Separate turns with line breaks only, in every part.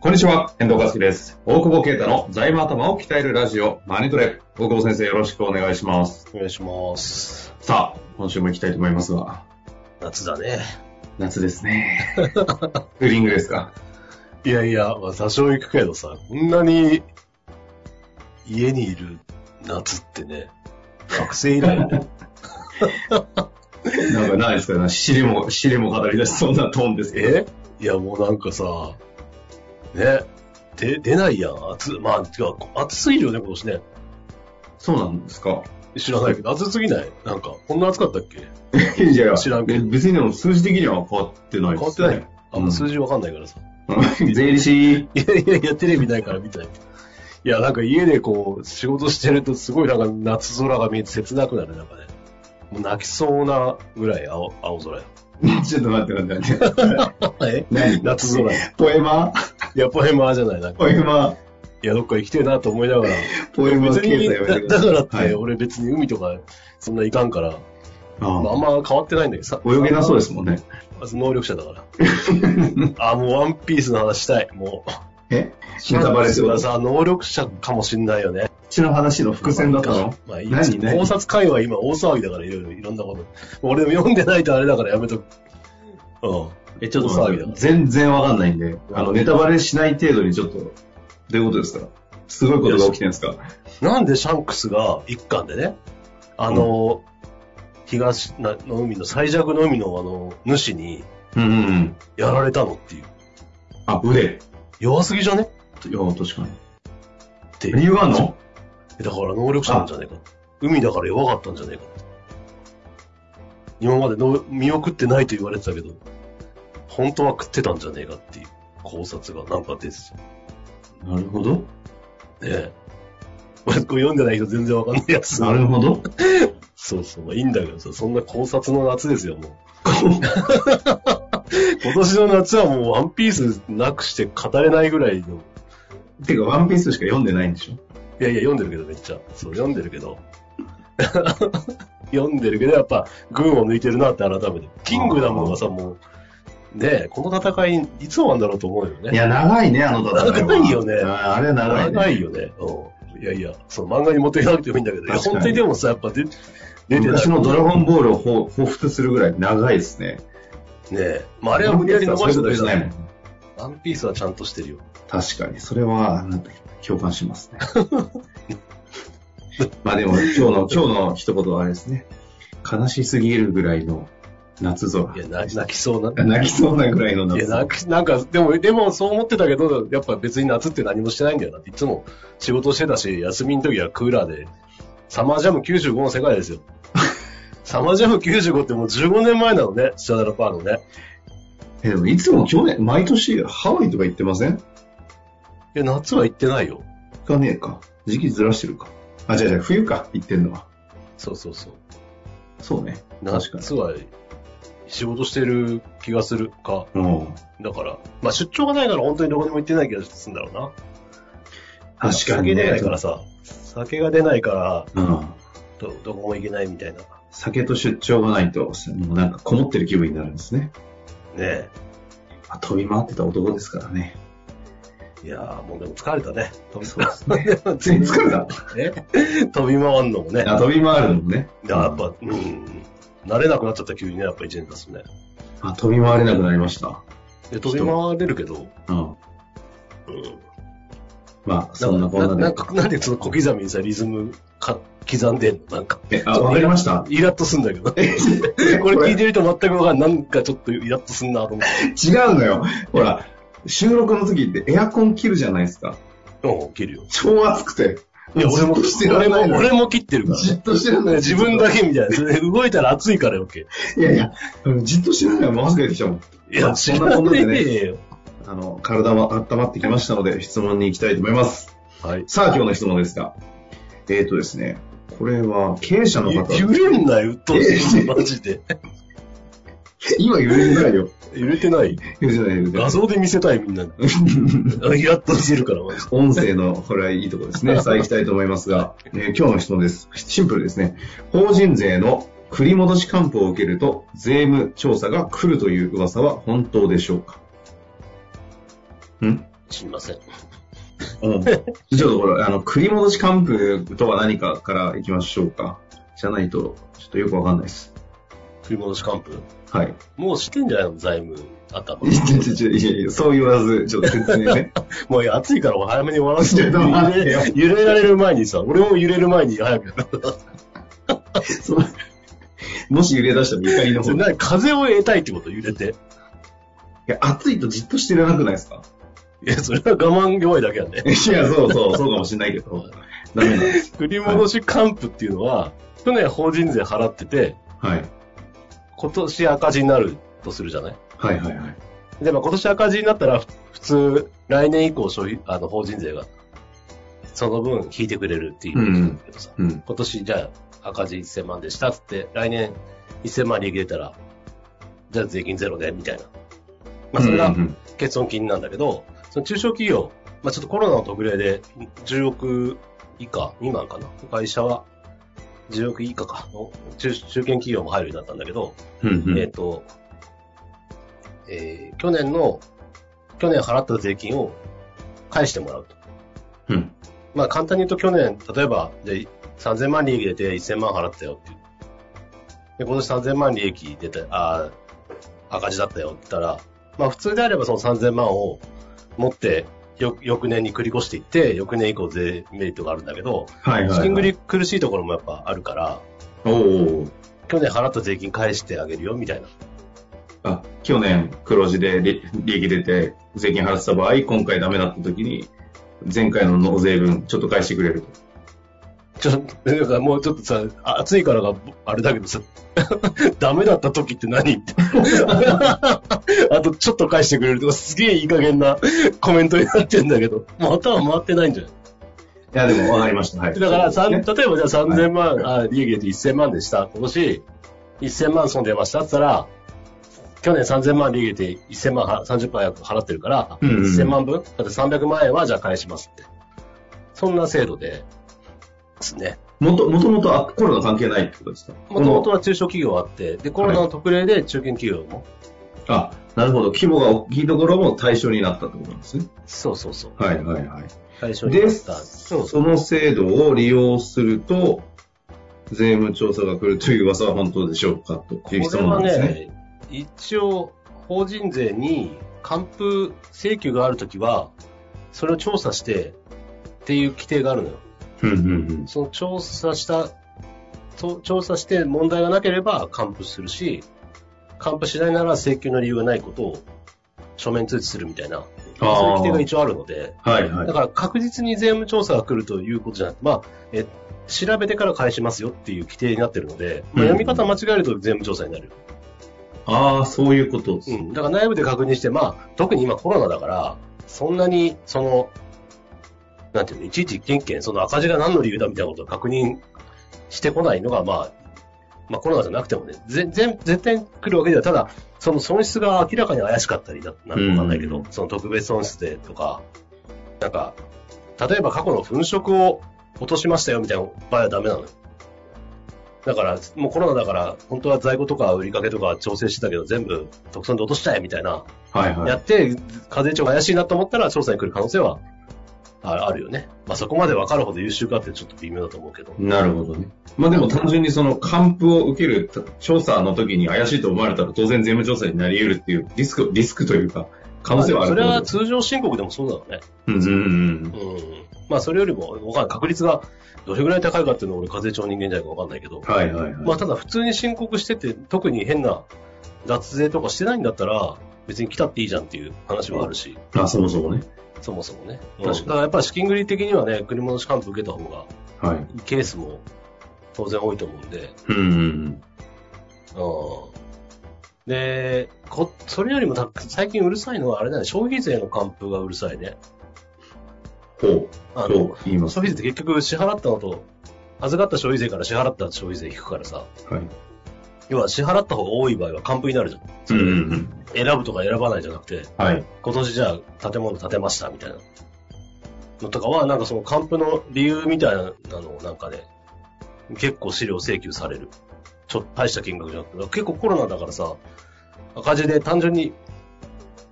こんにちは、遠藤和樹です。大久保啓太の財務頭を鍛えるラジオ、マネトレ。大久保先生、よろしくお願いします。
お願いします。
さあ、今週も行きたいと思いますが、
夏だね。
夏です ね。クーリングですか
いやいや、まあ、多少行くけどさ、こんなに家にいる夏ってね、学生以来 ね。
なんかないですから、知りも、知りも語り出しそうなトーンですけど。
えいやもうなんかさ、ね、で出ないやん。暑、まあ、てか暑すぎるよね、今年ね。
そうなんです か
知らないけど、暑すぎないなんか、こんな暑かったっけ
いや
知らんけど
別にでも数字的には変わってない
変わ
で
って
す、
ないよ
ね。。
あ
うん
の 数字わかんないからさ。
変わってない。税理士、
いやいやいや、テレビないから見たい。いや、なんか家でこう、仕事してるとすごいなんか夏空が見えて切なくなる、なんかね。もう泣きそうなぐらい青 青空よ。
ちょっと待って待って待って。
え
何
夏空よ。
ポエマ
いや、ポエマーじゃない、なんか。
ポエマ
いや、どっか行きてえなと思いながら。
ポエマ
別
経
に、
済をやめ
だ
てく
だ
さい
からって、
はい
俺別に海とかそんな行かんから、
あ
まあ、あんま変わってないんだけどさ。
あ泳げなそうですもんね。
能力者 だから。あ、もうワンピースの話したい。もう。
えネタバレする
島津さん、能力者かもしんないよね。
うちの話の伏線だったの
まあいいです
何何
考察会は今大騒ぎだからいろいろいろんなこと。俺も読んでないとあれだからやめとく。うん。
え、ちょっと
大
待っ
騒ぎだ
て
か、ら
全然わかんないんで、あの、ネタバレしない程度にちょっと、どういうことですかすごいことが起きてるんですか
なんでシャンクスが一巻でね、あの、東なの海の最弱の海のあの、主に
うんうんうん。
やられたのっていう。
あ、腕。
弱すぎじゃね
いや、確かに。
って。
理由あんの
だから能力者なんじゃねえか。海だから弱かったんじゃねえか。今までの見送ってないと言われてたけど、本当は食ってたんじゃねえかっていう考察がなんか出てた。
なるほど。
ねえ。俺、これ読んでない人全然わかんないやつ。
なるほど。
そうそう、まあいいんだけどさ、そんな考察の夏です よ、もう。今年の夏はもうワンピースなくして語れないぐらいの。
てか、ワンピースしか読んでないんでしょ
いやいや、読んでるけどめっちゃ。そう、読んでるけど。 読んでるけど、やっぱ、群を抜いてるなって改めて。キングダムがさ、もう、ねえ、この戦い、いつ終わるんだろうと思うよね。
いや、長いね、あの戦いは。
長いよね
ああれは長いね。
長いよね。うん。いやいや、そう、漫画に持っていかなくてもいいんだけど、いや
確かに
本当にでもさ、やっぱ出、出てない。
昔のドラゴンボールをほ彷彿するぐらい長いですね。
ねえ。ま
あ
あ、あれは無理やり伸ばしただけ
じゃ
だ
ないもん
ね。。ワンピースはちゃんとしてるよ。
確かに、それは、なんだ共感しますね。 まあでも、今日の、 今日の一言はあれですね。悲しすぎるぐらいの夏空
い。や、な泣きそうな。
泣き そうなぐらいの
い
夏
や、
空。
なんか、なんか、でも、でもそう思ってたけど、やっぱ別に夏って何もしてないんだよなって。いつも仕事してたし、休みの時はクーラーで、サマージャム95の世界で すよ。サマージャム95ってもう15年前なのね、シャダラパーのね。
えでもいつも去年、毎年ハワイとか行ってません
いや、夏は行ってないよ。
行かねえか。時期ずらしてるか。あ、違う違う、冬か、行ってんのは。
そうそうそう。
そうね。確かに。
夏は仕事してる気がするか。
うん。
だから、まあ出張がないから本当にどこにも行ってない気がするんだろうな。
確かに、
酒出な
ね
い。からさ、酒が出ないから、
うん。
ど、どこも行けないみたいな。ね
酒と出張がないと、もうなんかこもってる気分になるんですね。
え。
まあ飛び回ってた男ですからね。
いやー、もうでも疲れたね。飛び
そうですね。全
全
然疲れた。
ね飛び回るのもね。
あ飛び回るのもね。
いややっぱ、うん。慣れなくなっちゃった急にね、やっぱ一年経つとね。
あ、飛び回れなくなりました。
で、飛び回れるけど、
うん。
うん。
まあ、そんなこんなで。
なんか、なんでその小刻みにさ、リズムか刻んでんのなんか。
え、あ、わかりました。
イラッとすんだけど。 これ
え
聞いてる人全くわかんない。なんかちょっとイラッとすんなと思って。
違うのよ。ほら、収録の時ってエアコン切るじゃないですか。
うん、切るよ。
超暑くて。
いや、俺も、
じっとしてら
俺
ん
も
ない、の
俺も切ってるか
じっとしてらんな
ら。
い。
自分だけみたいな。それ動いたら熱いから余計。
いやいや、うんじっとしてらんない。もう汗かいてきたもん。
いや、
そんなこんな
知
で
らね
ね、
えよ。
あの、体は温まってきましたので、質問に行きたいと思います。
はい。
さあ、今日の質問ですが。えーとですね、これは、経営者の方、
揺れんなよ、うっとうしい。マジで。
今揺れてないよ。
揺れてない
揺れてない、揺れてな
画
い。
像で見せたい、み んなに。あイラッとするから、マジで
音声の、これはいいところですね。さあ、行きたいと思いますが、えー今日の質問です。シンプルですね。法人税の繰り戻し還付を受けると、税務調査が来るという噂は本当でしょうかん
すみません。
うん。ちょっとこれ、あの、繰り戻し還付とは何かから行きましょうか。じゃないと、ちょっとよくわかんないです。
食い戻し還付
はい。
もうしてんじゃないの財務頭。
いやいやいやいやそう言わず、ちょっと説明ね。
もういや暑いからもう早めに終わらせて。
ちょっと待
揺
ってよ
れ揺れられる前にさ、俺も揺れる前に早く。
その もし揺れ出したら怒りの方。い
な風を得たいってこと揺れて。
や、暑いとじっとしてられなくないですか
いや、それは我慢弱いだけやね。
いや、そうそう、そうかもしれないけど。ダメなんです。
振り戻し還付っていうのは、去年法人税払ってて、
はい。
今年赤字になるとするじゃない
はいはいはい。
で、まあ今年赤字になったら、ふ普通、来年以降消費、あの、法人税が、その分引いてくれるっていうことだけどさ、
うん。
今年じゃあ赤字1000万でしたっつって、来年1000万利益出たら、じゃあ税金ゼロね、みたいな。まあそれ
う
が
んうん
欠損金なんだけど、その中小企業、まあちょっとコロナの特例で10億以下、未満かな。会社は10億以下かの中中堅企業も入るようになったんだけど、
うんうん
えっ、と、えー去年の、去年払った税金を返してもらうと。
うん
まあ簡単に言うと去年、例えば、で3000万利益出て1000万払ったよっていう。で、今年3000万利益出て、あー赤字だったよって言ったら、まあ普通であればその3000万を持って、よ翌年に繰り越していって、翌年以降税メリットがあるんだけど、
はいはいはい。
資金繰り苦しいところもやっぱあるから、
おお。
去年払った税金返してあげるよみたいな。
あ、去年黒字で利利益出て税金払ってた場合、今回ダメだった時に、前回の納税分ちょっと返してくれると。
ちょっと、なんかもうちょっとさ、あ暑いからが、あれだけどさ、 ダメだった時って何 って。あと、ちょっと返してくれるとか、すげえいい加減なコメントになってんだけど、もう頭回ってないんじゃな
い
い
や、でも分かりました。はい。
だから、さん
そう
例
です
え
ね
ばじゃあ3000万、あ利益出て1000万でした。今年、1000万損出ましたって言ったら、去年3000万利益出て1000万は30%払ってるから、
うんうん
1000万分、だって300万円はじゃあ返しますって。そんな制度で、ですね。
もともともとあコロナ関係ないってことですか
もともとは中小企業あって、で、コロナの特例で中堅企業も。
このあ、なるほど。規模が大きいところも対象になったってことなんですね。
そうそうそう。
はいはいはい。
対象にな
で、
った。そうそう。
その制度を利用すると、税務調査が来るという噂は本当でしょうかと
こ
いう
れ
質問な
は
んですね。
ね、一応、法人税に還付請求があるときは、それを調査してっていう規定があるのよ。
うんうんうん。
その調査した、と調査して問題がなければ還付するし、還付しないなら請求の理由がないことを書面通知するみたいな、そういう規定が一応あるので、
はいはい
だ。から確実に税務調査が来るということじゃなくて、まあ、え調べてから返しますよっていう規定になってるので、まあ
うん
読み方間違えると税務調査になるよ、
ああ、そういうことです。
うん。だから内部で確認して、まあ、特に今コロナだから、そんなに、その、なんていうの、いちいち件件、その赤字が何の理由だみたいなことを確認してこないのが、まあ、まあコロナじゃなくてもね、全然、絶対来るわけでは、ただ、その損失が明らかに怪しかったりだ、なんかわかんないけど、
うん
その特別損失でとか、なんか、例えば過去の粉飾を落としましたよみたいな場合はダメなのよ。だから、もうコロナだから、本当は在庫とか売りかけとか調整してたけど、全部特産で落としちゃえみたいな、
はいはい。
やって、課税庁が怪しいなと思ったら調査に来る可能性はああるよね。まあそこまで分かるほど優秀かってちょっと微妙だと思うけど。
なるほどね。まあでも単純にその還付を受ける調査の時に怪しいと思われたら当然税務調査になり得るっていうリスク、リスクというか、可能性はある
そ
ってこ
れ
と
は
です。
通常申告でもそうだろうね。
うんうん
うん。まあそれよりも、わかんない確率がどれぐらい高いかっていうのは俺課税庁人間じゃないか分かんないけど
うん。、はいはいはい。
まあただ普通に申告してて、特に変な脱税とかしてないんだったら、別に来たっていいじゃんっていう話もあるし、
あ、そもそもね。
そもそもね。
うん
確かだからやっぱり資金繰り的にはね、国戻し還付受けた方が
はい。
いいケースも当然多いと思うんで、
うんうんうん。
うん。で、こそれよりもた最近うるさいのはあれだね、消費税の還付がうるさいね。
ほう。
あ
と
の、
言います。
消費税って結局支払ったのと、預かった消費税から支払った消費税引くからさ、
はい。
要は支払った方が多い場合は還付になるじゃん。
うんうんうん。
選ぶとか選ばないじゃなくて、
はい。
今年じゃあ建物建てましたみたいなのとかは、なんかその還付の理由みたいなのをなんかね、結構資料請求される。ちょっと大した金額じゃなくて、結構コロナだからさ、赤字で単純に、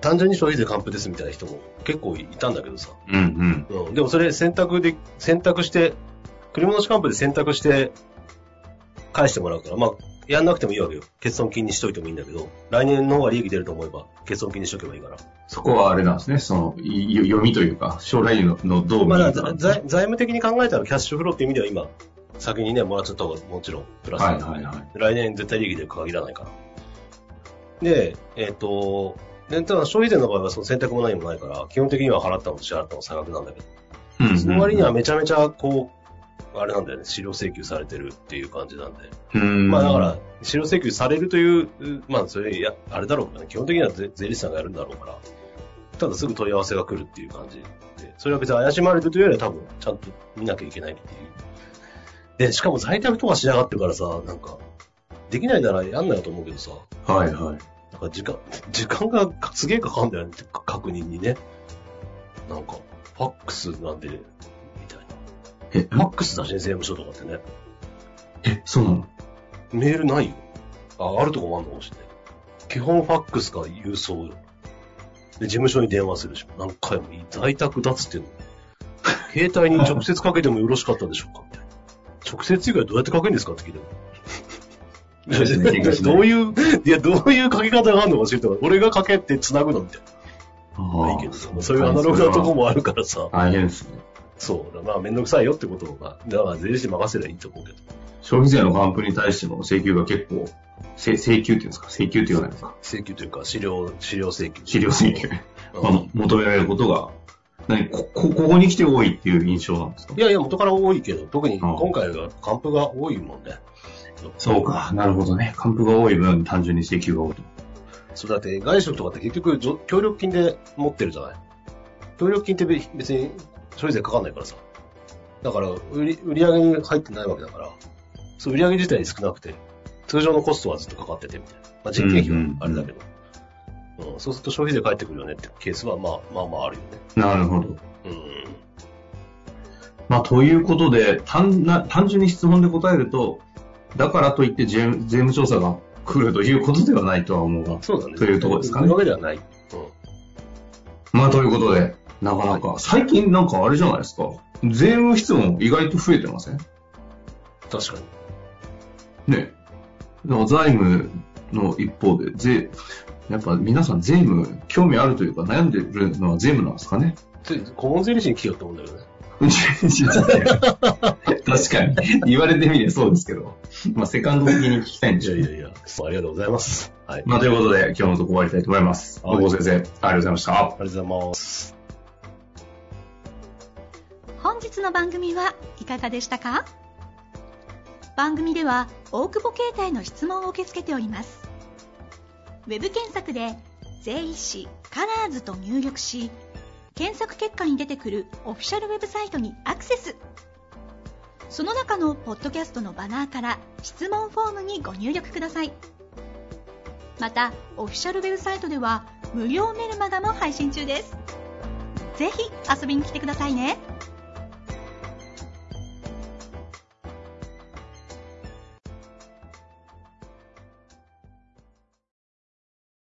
単純に消費税還付ですみたいな人も結構いたんだけどさ。
うんうん。
うん。でもそれ選択で、選択して、繰り戻し還付で選択して返してもらうから、まあ、やんなくてもいいわけよ。欠損金にしといてもいいんだけど、来年の方が利益出ると思えば、欠損金にしとけばいいから。
そこはあれなんですね。その、いよ読みというか、将来ののどう見
まあ、
る
だ
か
から財財務的に考えたらキャッシュフローっていう意味では今、先にね、もらっちゃった方がもちろんプラス、
はいはいはい。
来年絶対利益出る限らないから。で、えっ、と、でただ消費税の場合はその選択も何もないから、基本的には払ったのと支払ったの差額なんだけど、
うんうんうん
その割には、めちゃめちゃこう、あれなんだよね、資料請求されてるっていう感じなんで。
うん
まあだから、資料請求されるという、うまあそれや、あれだろうからね、基本的には税税理士さんがやるんだろうから、ただすぐ問い合わせが来るっていう感じで、それは別に怪しまれてるというよりは多分、ちゃんと見なきゃいけないっていう。で、しかも在宅とかしやがってるからさ、なんか、できないならやんないと思うけどさ、
はいはい。
なんか時間、時間がすげえかかるんだよね、か確認にね。なんか、ファックスなんで、みたいな。
え、
ファ
ま
ックスだしね、税務署とかってね。
え、そうなの
メールないよ。あ、あるとこもあるのかもしれない。基本ファックスか郵送よ。で、事務所に電話するでしょ。何回も。在宅だっつってんのに。携帯に直接かけてもよろしかったでしょうかみたいな。直接以外どうやってかけるんですかって聞いて
ですね喧嘩しない
どういう、いや、どういうかけ方があるのか知りたい。俺がかけて繋ぐのみたいな。まあいいけどさ、そういうアナログなとこもあるからさ。
大変ですね。
そう。まあ、めんどくさいよってことが、だから税理士に任せればいいと思うけど。
消費税の還付に対しての請求が結構、せ請求っていうんですか請求って言わないですか
請求というか、資料、資料請求。
資料請求。
うん
あの、求められることが、何こ、こ、ここに来て多いっていう印象なんですか
いやいや、元から多いけど、特に今回は還付が多いもんね。
そうか、なるほどね。還付が多い分、単純に請求が多いと。
そうだって、外食とかって結局じょ、協力金で持ってるじゃない。協力金ってべ別に消費税かかんないからさ。だから売り、売り上げに入ってないわけだから、そう売り上げ自体少なくて、通常のコストはずっとかかっててみたいな。まあ、人件費はあれだけど、うんそうすると消費税返ってくるよねってケースは、まあまあまああるよ
なるほど。
ね。うん。
まあ、ということで、単な単純に質問で答えると、だからといって税税務調査が来るということではないとは思うが。
そうだね。
というとこですかね
そういうわけではない。うん。
まあ、ということで、なかなか、最近なんかあれじゃないですか。税務質問意外と増えてません
確かに。
ね。だから財務の一方で、税、やっぱ皆さん税務興味あるというか悩んでるのは税務なんですかね
つい顧問税理士に聞けよって思うんだけどね。
確かに。言われてみればそうですけど。まあ、セカンド的に聞きたいんで
い
しょう
やい
ね
やい や、そうありがとうございます。はい。
まあ、ということで、今日のとこ終わりたいと思います。
はい
大久保先生、ありがとうございました。
ありがとうございます。
本日の番組はいかがでしたか番組では大久保携帯の質問を受け付けておりますウェブ検索で「税理士カラーズと入力し検索結果に出てくるオフィシャルウェブサイトにアクセスその中のポッドキャストのバナーから質問フォームにご入力くださいまたオフィシャルウェブサイトでは無料メルマガも配信中ですぜひ遊びに来てくださいね